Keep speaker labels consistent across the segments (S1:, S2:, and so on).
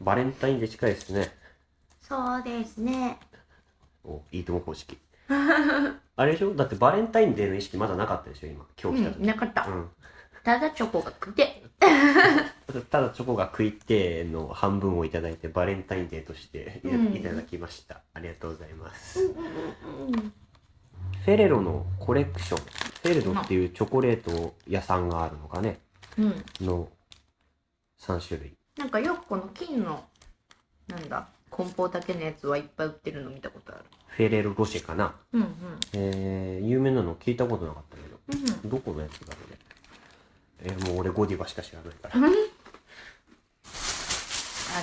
S1: バレンタインで近いですね。
S2: そうですね。
S1: お、いいとも公式。あれでしょだってバレンタインデーの意識まだなかったでしょ今。今
S2: う
S1: 日来た時。
S2: ん、なかった。
S1: うん。
S2: ただチョコがくて。
S1: ただチョコが食いての半分をいただいてバレンタインデーとしていた
S2: うん
S1: いただきました、ありがとうございます、
S2: うん。
S1: フェレロのコレクションフェレロっていうチョコレート屋さんがあるのかね
S2: うん。
S1: の3種類
S2: なんかよくこの金の、なんだ、梱包だけのやつはいっぱい売ってるの見たことある。
S1: フェレロロシェかな
S2: うんうん。
S1: えー、有名なの聞いたことなかったけど
S2: うん。
S1: どこのやつだろうねえーもう俺ゴディバしか知らないから
S2: あ、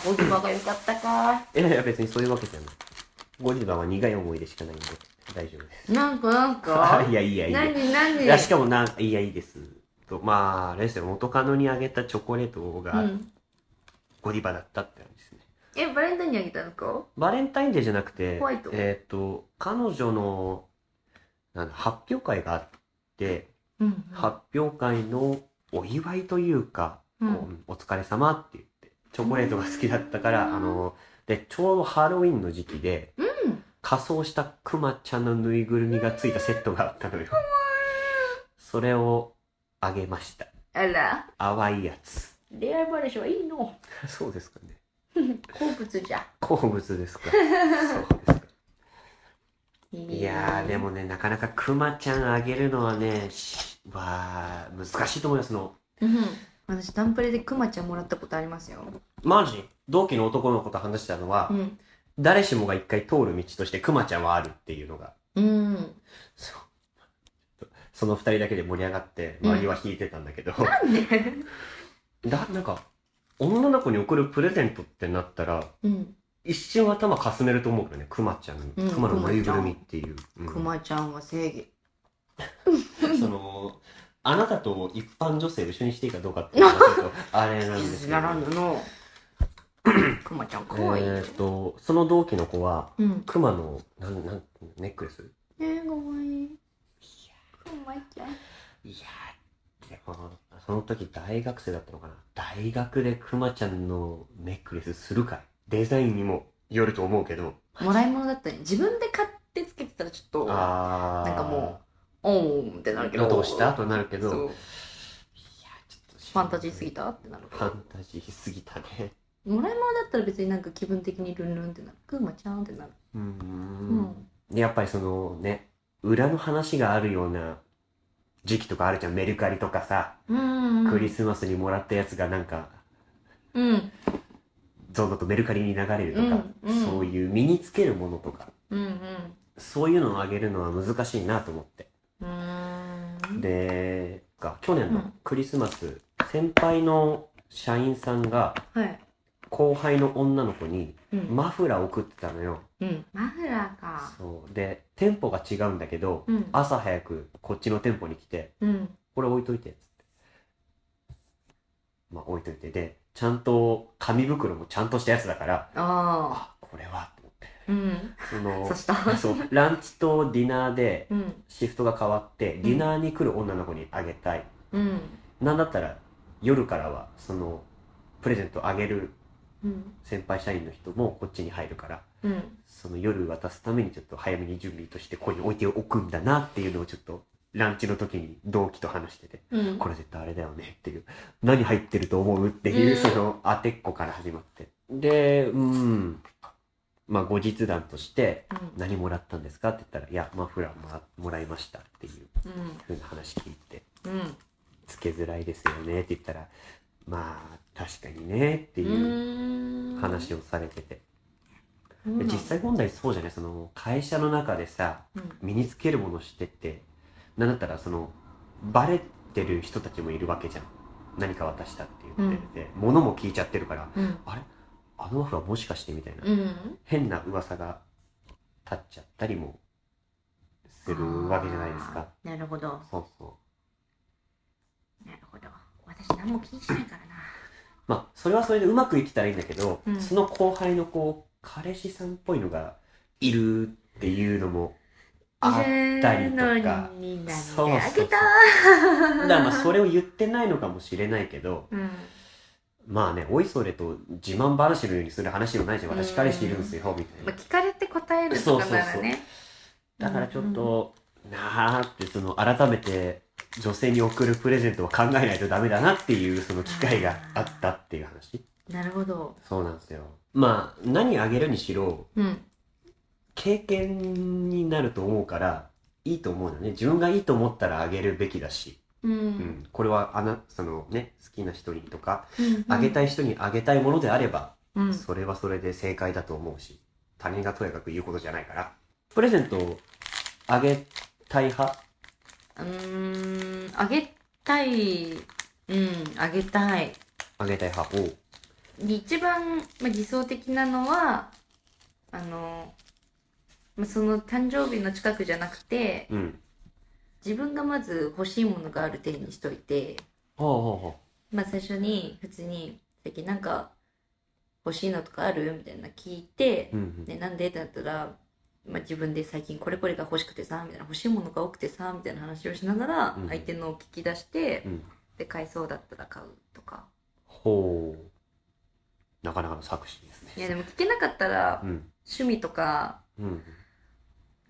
S2: ゴディバが良かったか。
S1: えらいや別にそういうわけじゃないゴディバは苦い思い出しかないんで大丈夫です
S2: なんかなん
S1: あ
S2: か。
S1: いやいやいや
S2: 何何
S1: いや、しかもな、いや、いいです。と、まあ、あれですよ、元カノにあげたチョコレート
S2: う
S1: が
S2: ん。
S1: ゴディバだったって感じですね。
S2: え、バレンタインにあげたのか
S1: バレンタインデーじゃなくて
S2: ホワイト、
S1: えーっと、彼女の、なんだ、発表会があって、
S2: うん。
S1: 発表会のお祝いというか、
S2: うん。
S1: おお疲れ様って言って、チョコレートが好きだったから、
S2: うん
S1: あの、で、ちょうどハロウィンの時期で、
S2: うん。
S1: 仮装したクマちゃんのぬいぐるみがついたセットがあったのよ。それをあげました。
S2: あら、
S1: 淡いやつ。
S2: 恋愛話はいいの。
S1: そうですかね。
S2: 好物じゃ。
S1: 好物ですか。そうですか。いやー、で
S2: も。
S1: もね、なかなかクマちゃんあげるのはね、しわー、難しいと思います。その、
S2: うん。私、タンプレでクマちゃんもらったことありますよ。
S1: マジ、同期の男の子と話したのは、
S2: うん。
S1: 誰しもが一回通る道としてクマちゃんはあるっていうのが、
S2: うん。
S1: そうその二人だけで盛り上がって、周りは引いてたんだけど、
S2: なんで
S1: だ、なんか、女の子に送るプレゼントってなったら、
S2: うん。
S1: 一瞬頭かすめると思うけどね、クマちゃん、
S2: うん
S1: クマのぬいぐるみっていう。うん
S2: クマちゃんは正義。
S1: その、あなたと一般女性を一緒にしていいかどうかっていうのはちょっと、あれなんですけど
S2: な。らぬの。クマちゃん可愛い。
S1: えーっと、その同期の子は、
S2: うん。
S1: クマの、なん、なん、ネックレス
S2: えー、可愛い。クマちゃん。
S1: いやー、でも、その時大学生だったのかな。大学でクマちゃんのネックレスするかいデザインにもよると思うけど。
S2: もらい物だったね。自分で買ってつけてたらちょっと、
S1: あー。
S2: なんかもおーんってなるけど。
S1: どうしたとなるけど。
S2: そ
S1: いうやちょっと
S2: ファンタジーすぎたってなる
S1: ファンタジーすぎたね。
S2: もらい物だったら別になんか気分的にルンルンってなるクマちゃんってなる
S1: うー。
S2: うん
S1: でやっぱりそのね裏の話があるような時期とかあるじゃんメルカリとかさ、
S2: うんうん
S1: クリスマスにもらったやつがなんか
S2: うん
S1: ゾウゾウとメルカリに流れるとか、
S2: うんうん
S1: そういう身につけるものとか
S2: うん
S1: そういうのをあげるのは難しいなと思って
S2: うんうん
S1: でか去年
S2: う
S1: の
S2: ん
S1: クリスマス、先輩の社員さんが
S2: はい
S1: 後輩の女の子に
S2: うん
S1: マフラーを送ってたのよ、
S2: うんマフラーか
S1: そうで店舗が違うんだけど、
S2: うん
S1: 朝早くこっちの店舗に来て
S2: うん
S1: これ置いといて、つって。まあ置いといて、で、ちゃんと、紙袋もちゃんとしたやつだから、
S2: ああ
S1: あ、これは、と思って。
S2: うん
S1: その
S2: そ、した
S1: そう、ランチとディナーで
S2: うん
S1: シフトが変わって、ディナーに来る女の子にあげたい。
S2: うん
S1: なんだったら、夜からは、その、プレゼントあげる
S2: うん
S1: 先輩社員の人もこっちに入るから、
S2: うん
S1: その夜渡すためにちょっと早めに準備としてここに置いておくんだなっていうのをちょっと、ランチの時に同期と話してて。
S2: うん
S1: これ絶対あれだよねっていう何入ってると思うっていう、
S2: うん
S1: その当てっこから始まってでうんまあ後日談として「何もらったんですか?」って言ったら「いやマフラーもらもらいました」っていう
S2: うん
S1: ふうな話聞いて
S2: うん
S1: 「つけづらいですよね」って言ったら「まあ確かにね」っていう
S2: うん
S1: 話をされてて、
S2: うん
S1: で実際問題そうじゃないその会社の中でさ
S2: うん
S1: 身につけるものしてってなんだったらそのバレてる人たちもいるわけじゃん何か渡したって言ってて、物も聞いちゃってるから
S2: うん
S1: あのマフラーもしかしてみたいな、
S2: うん
S1: 変な噂が立っちゃったりもするわけじゃないですか
S2: あーなるほど
S1: そうそう
S2: なるほど私何も気にしないからな
S1: まあそれはそれでうまくいってたらいいんだけど、
S2: うん
S1: その後輩のこう彼氏さんっぽいのがいるっていうのもあったりとか
S2: いるのに
S1: そう
S2: 何
S1: そうそ
S2: で
S1: う
S2: 開けた
S1: だからまあそれを言ってないのかもしれないけど
S2: うん
S1: まあね、おいそれと自慢話のようにする話でもないし、私彼氏いるんですよ、みたい
S2: まあ、
S1: な。
S2: 聞かれて答えるとかならね
S1: だからちょっ
S2: うん
S1: と、なあって、その、改めて女性に贈るプレゼントは考えないとダメだなっていう、その機会があったっていう話。
S2: なるほど
S1: そうなんですよ。まあ、何あげるにしろ、
S2: うん
S1: 経験になると思うから、いいと思うよね。自分がいいと思ったらあげるべきだし。
S2: うん
S1: うん。これは、あな、そのね、好きな人にとか、
S2: うん
S1: あげ
S2: い、
S1: たい人にあげたいものであれば、
S2: うん、
S1: それはそれで正解だと思うし、他人がとやかく言うことじゃないから。プレゼントをあげたい派
S2: うーんあげたいうんあげたい
S1: あげたい派を。
S2: 一番、まあ、理想的なのはあの、まあ、その誕生日の近くじゃなくて
S1: うん。
S2: 自分がまず欲しいものがある手にしといて
S1: ほうほうほ
S2: まあ最初に普通に「最近なんか欲しいのとかある?」みたいな聞いて
S1: う。うんうん。
S2: でなんでってなったら、まあ、自分で最近これこれが欲しくてさみたいな欲しいものが多くてさみたいな話をしながら
S1: うん
S2: 相手のを聞き出して、
S1: うん。
S2: で買いそうだったら買うとか
S1: ほう。なかなかの作詞ですね。
S2: いやでも聞けなかったら
S1: うん。
S2: 趣味とか
S1: うん。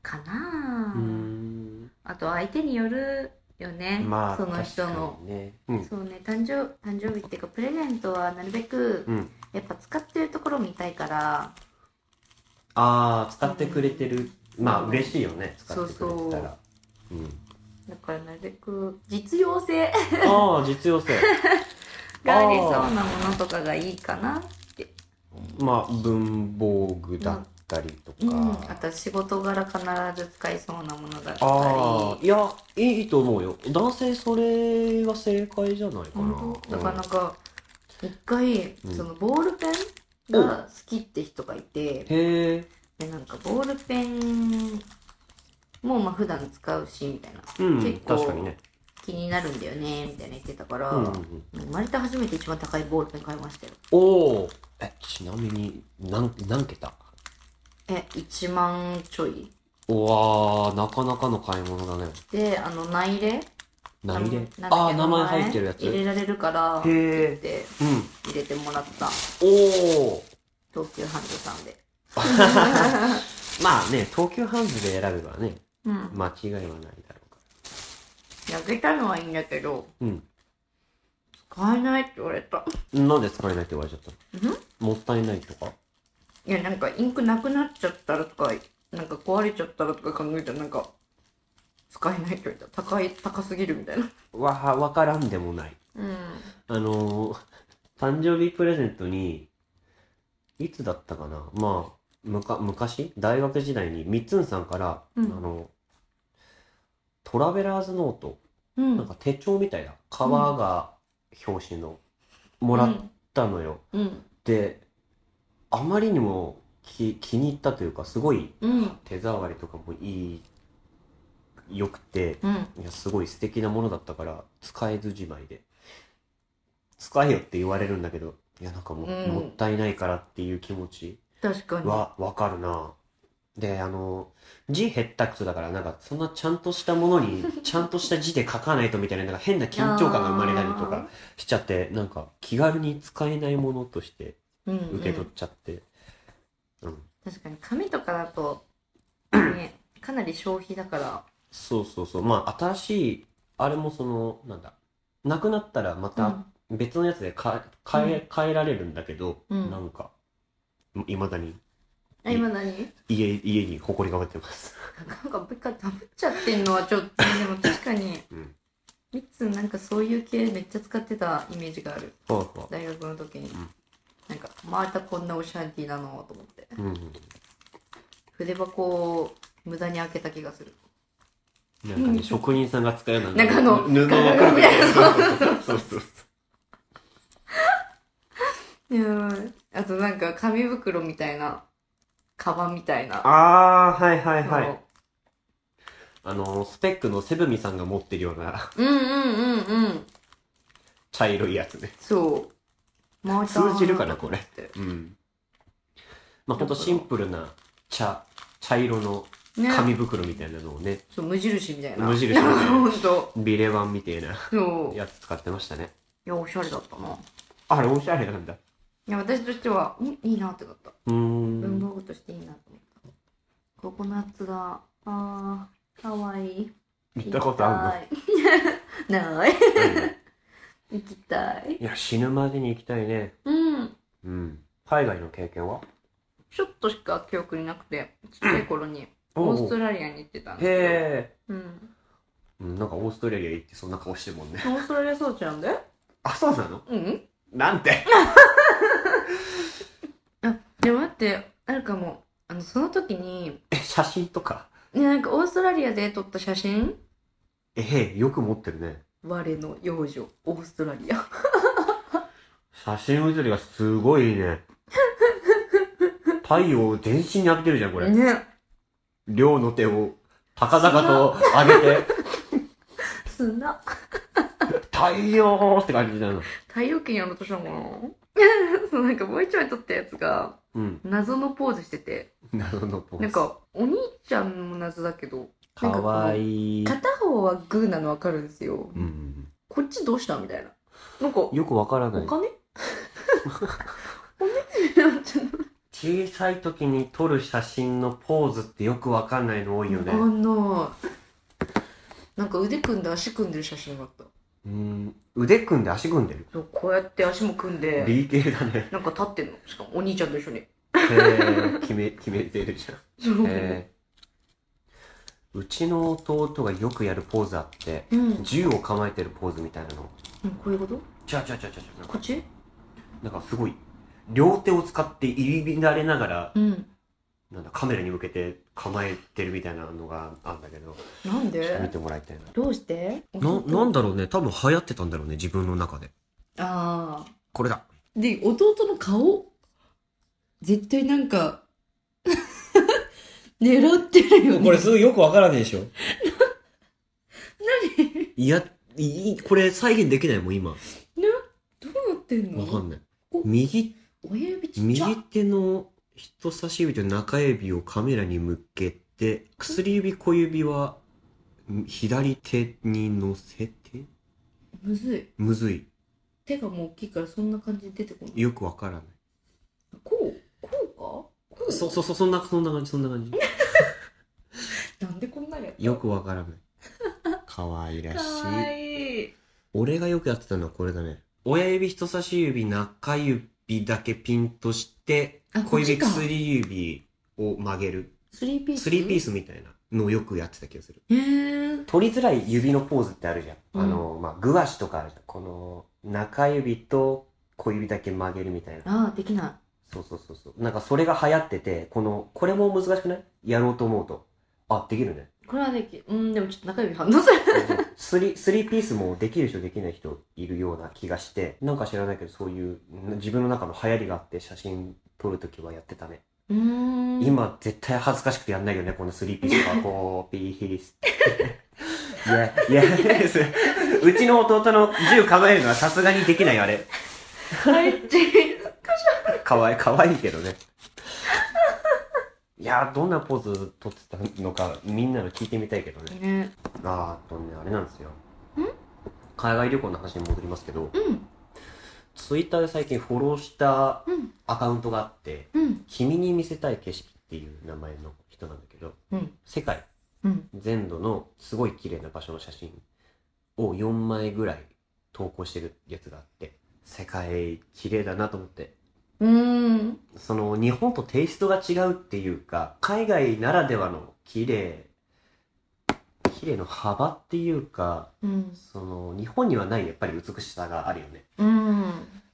S2: かな
S1: う
S2: あ、
S1: ん。
S2: あと相手によるよね、
S1: まあ、
S2: その人
S1: 確
S2: の
S1: か。にね。うん。
S2: そうね誕生誕生日っていうかプレゼントはなるべく
S1: うん。
S2: やっぱ使ってるところ見たいから
S1: ああ、使ってくれてる。まあ、嬉しいよね。使ってくれてたら。うん。
S2: だからなるべく実用 性
S1: ああ、実 用性。
S2: がありそうなものとかがいいかな
S1: まあ、文房具だったりとか。
S2: うん、あとは仕事柄必ず使いそうなものだったり
S1: ああ、いや、いいと思うよ。男性それが正解じゃないかな。
S2: 本当なかな
S1: うん
S2: か一回、
S1: うん
S2: そのボールペンが好きって人がいて
S1: へえ、
S2: でなんかボールペンもまあ普段使うしみたいな
S1: うん
S2: 結、構
S1: 確かにね。
S2: 気になるんだよねみたいな言ってたから、
S1: うんうんうん、
S2: 生まれて初めて一番高いボールペン買いましたよ
S1: おお、え、ちなみに、なん、何桁
S2: え1万ちょいう
S1: わー、なかなかの買い物だね。
S2: であの内入れ
S1: 何入れ
S2: あの
S1: あー、
S2: なんだっけ
S1: 名前入ってるやつ。う
S2: 入れられるか
S1: へ
S2: ら
S1: ー
S2: って言って
S1: ん。
S2: 入れてもらった
S1: おお。
S2: 東急ハンドさんで
S1: まあね、東急ハンズで選べばね、
S2: うん
S1: 間違いはないだろうか
S2: あげたのはいいんだけど
S1: ら。う
S2: 使えないって言われた
S1: ん。なんで使えないって言われちゃったのもったいないとか
S2: いやなんかインクなくなっちゃったらとかなんか壊れちゃったらとか考えたらなんか使えないって言われた高い高すぎるみたいな
S1: わ、わからんでもない。
S2: うん
S1: あのー、誕生日プレゼントに、いつだったかなまあ、むか、昔大学時代に、みっつんさんから、
S2: うん
S1: あの、トラベラーズノート、
S2: うん
S1: なんか手帳みたいな、革が表紙の、もらったのよ。
S2: うん
S1: で、あまりにも気、気に入ったというか、すごい
S2: うん
S1: 手触りとかもいい、良くて、
S2: うん
S1: いや、すごい素敵なものだったから、使えずじまいで。使えよって言われるんだけど、いや、なんかも,、
S2: うん
S1: もったいないからっていう気持ち
S2: 確かに
S1: はわかるな。で、あの、字減ったくそだから、なんか、そんなちゃんとしたもの に、ちゃんとした字で書かないとみたいな、なんか変な緊張感が生まれたりとかしちゃって、なんか、気軽に使えないものとして
S2: うん
S1: 受け取っちゃって。うん。
S2: 確かに紙とか だとねかなり消費だから
S1: そうそうそう。まあ、新しい、あれもその、なんだ、なくなったらまた、別のやつでか変え変えられるんだけど、
S2: うん
S1: なんかいまだに
S2: あ今何
S1: 家家に埃が舞ってます、
S2: なんかぶっかダぶっちゃってんのはちょっとでも確かに
S1: うん、
S2: みっつんなんかそういう系めっちゃ使ってたイメージがある
S1: ほうほ
S2: 大学の時に、
S1: ん
S2: なんかまたこんなオシャンティーなのと思って
S1: う、うん
S2: 筆箱を無駄に開けた気がする
S1: なんかね、職人さんが使うような
S2: なんかあの
S1: 布をくるめてそうそうそう
S2: いやーあとなんか紙袋みたいなカバンみたいな
S1: ああはいはいは
S2: そ
S1: いあのスペックのセブミさんが持ってるような
S2: ううんうんうんうん
S1: 茶色いやつね
S2: そう回った
S1: 通じるかなこれ
S2: て
S1: うんまあほんとシンプルな茶茶色の
S2: ね
S1: 紙袋みたいなのをね
S2: そう無印みたいな
S1: 無印みたいな
S2: 本当
S1: ビレバンみたいな
S2: そういや
S1: やつ使ってましたね
S2: いやおしゃれだったな
S1: あれおしゃれなんだ
S2: いや私としてはんいいなってなった
S1: うー
S2: 文
S1: ん
S2: 房具としていいなと思ったココナッツがあーかわいい
S1: 行ったことあるの
S2: 行きたいない
S1: うん
S2: 行きたい
S1: いや死ぬまでに行きたいね
S2: うん
S1: うん海外の経験は
S2: ちょっとしか記憶になくてちっちゃい頃にオーストラリアに行ってたん
S1: へ
S2: ですよ
S1: え
S2: うん、
S1: うん、なんかオーストラリア行ってそんな顔してるもんね
S2: オーストラリアそうちゃんで
S1: あそうなの
S2: うん
S1: なんて
S2: でも待ってあるかもあのその時に
S1: え写真とか
S2: いやなんかオーストラリアで撮った写真
S1: えへよく持ってるね
S2: 我の幼女オーストラリア
S1: 写真写りがすごいね太陽を全身に浴びてるじゃんこれ
S2: ね
S1: 両の手を高々と上げて
S2: 砂
S1: 太陽って感じなの
S2: 太陽系やろうとしたのかな そうなんかもう一枚撮ったやつが
S1: うん
S2: 謎のポーズしてて
S1: 謎のポーズ
S2: なんかお兄ちゃんも謎だけど
S1: かわいい、
S2: 片方はグーなの分かるんですよ
S1: うん、
S2: こっちどうしたみたいななんか
S1: よくわからな
S2: お
S1: い
S2: 金 お金ちょっ
S1: 小さい時に撮る写真のポーズってよくわかんないの多いよね
S2: あんななんか腕組んで足組んでる写真があった
S1: うん腕組んで足組んでる
S2: そうこうやって足も組んで
S1: B 系だね
S2: なんか立ってんのしかもお兄ちゃんと一緒に
S1: へえ決め決めてるじゃん
S2: そう
S1: えーうちの弟がよくやるポーズあって
S2: うん
S1: 銃を構えてるポーズみたいなの
S2: こういうこと
S1: ちゃちゃちゃちゃちゃなん
S2: こ
S1: か
S2: っち
S1: なんかすごい両手を使って入り乱れながら
S2: うん
S1: なんだカメラに向けて構えてるみたいなのがあるんだけど
S2: なん
S1: ちょっと見
S2: で
S1: てもらいたいな
S2: どうして
S1: ななん
S2: だ
S1: だろうね多分流行ってたんだろうね自分の中で
S2: ああ
S1: これだ
S2: で弟の顔絶対なんか 狙ってるよね
S1: すぐよくわからないでし ょ
S2: 何
S1: いやいいこれ再現できないもん今
S2: どうなってんの
S1: わかんない
S2: こ
S1: 右
S2: 親指ちっちゃ
S1: 右手の人差し指と中指をカメラに向けて薬指小指はん左手に乗せて
S2: むずい
S1: むずい
S2: 手がもう大きいからそんな感じで出てこない
S1: よくわからない
S2: こうこうかこう
S1: そうそうそうそんなそんな感じそんな感
S2: なんでこんなやった
S1: じよくわからない可愛らしい
S2: かわいい
S1: 俺がよくやってたのはこれだね親指人差し指中指だけピンとして
S2: あ
S1: 小指
S2: こっちか
S1: 薬指を曲げる
S2: スリーピース
S1: スリーピースみたいなのをよくやってた気がする
S2: へー
S1: 取りづらい指のポーズってあるじゃん。
S2: うん
S1: あの、まあ、具足とかあるじゃん。この、中指と小指だけ曲げるみたいな。
S2: ああできな
S1: そうそうそうそう。なんかそれが流行ってて、この、これも難しくないやろうと思うと。あ、できるね。
S2: いこれはできうんでもちょっと中指反応する
S1: スリ、スリーピースもできる人できない人いるような気がして、なんか知らないけどそういう、ん自分の中の流行りがあって写真撮るときはやってたね。
S2: うーん
S1: 今絶対恥ずかしくてやんないよね、このスリーピース とか、こう、ピーヒースって。いや、いや、です。うちの弟の銃構えるのはさすがにできない、あれ。
S2: はいチー
S1: かわいい、かわいいけどね。いや、どんなポーズ撮ってたのか、みんなの聞いてみたいけどね。
S2: ね
S1: あーっとね、あれなんですよ。海外旅行の話に戻りますけど、
S2: うん
S1: ツイッターで最近フォローした
S2: うん
S1: アカウントがあって、
S2: うん
S1: 君に見せたい景色っていう名前の人なんだけど、
S2: うん
S1: 世界
S2: うん
S1: 全土のすごい綺麗な場所の写真を4枚ぐらい投稿してるやつがあって世界綺麗だなと思って
S2: うーん
S1: その日本とテイストが違うっていうか海外ならではの綺麗綺麗の幅っていうか
S2: うん
S1: その日本にはないやっぱり美しさがあるよね
S2: うん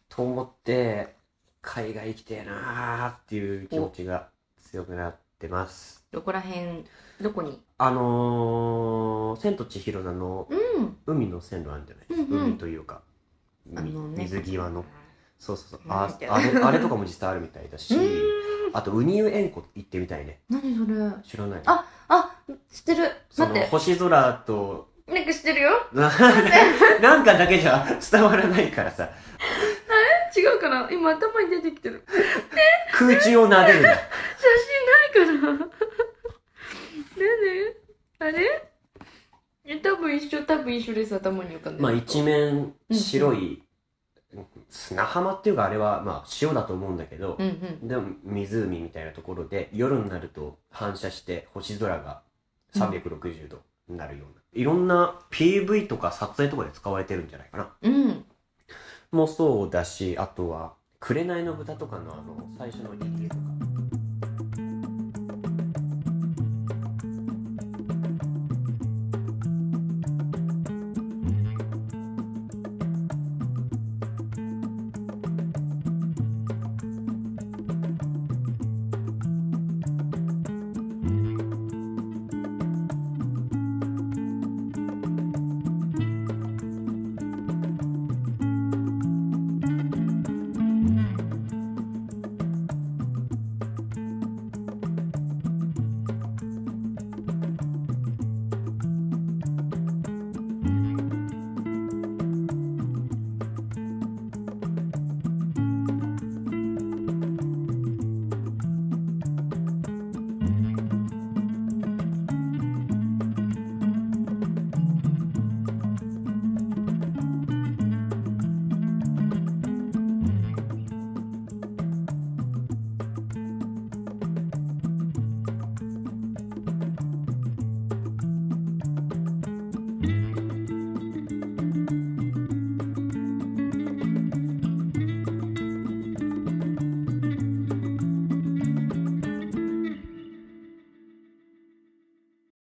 S1: と思って海外行きてえなーっていう気持ちが強くなってます
S2: どこら辺どこに
S1: あのー「千と千尋のあの
S2: うん
S1: 海の線路あるんじゃない、
S2: うんうん
S1: 海というか、み
S2: あのね
S1: 水際のそうそうそう
S2: なん
S1: あ
S2: だっけ
S1: あれあれとかも実際あるみたいだし
S2: うーん
S1: あとウニウエンコ行ってみたいね
S2: 何それ
S1: 知らない
S2: ああ知ってる
S1: そ
S2: 待っ
S1: の
S2: て
S1: 星空 と
S2: なんか知ってるよ
S1: ななんかだけじゃ 伝わらないからさ
S2: 違うかな今頭に出てきてる
S1: 空中を撫でるんだ
S2: 写真ないから ねえねえあれえ多分一緒多分一緒です頭に浮かんでる
S1: まあ一面白い砂浜っていうかあれはまあ塩だと思うんだけど
S2: う、んうん
S1: でも湖みたいなところで夜になると反射して星空が360度になるような、いろんな PV とか撮影とかで使われてるんじゃないかな
S2: うん
S1: もそうだしあとは「紅の豚」とかのあの最初の家とか。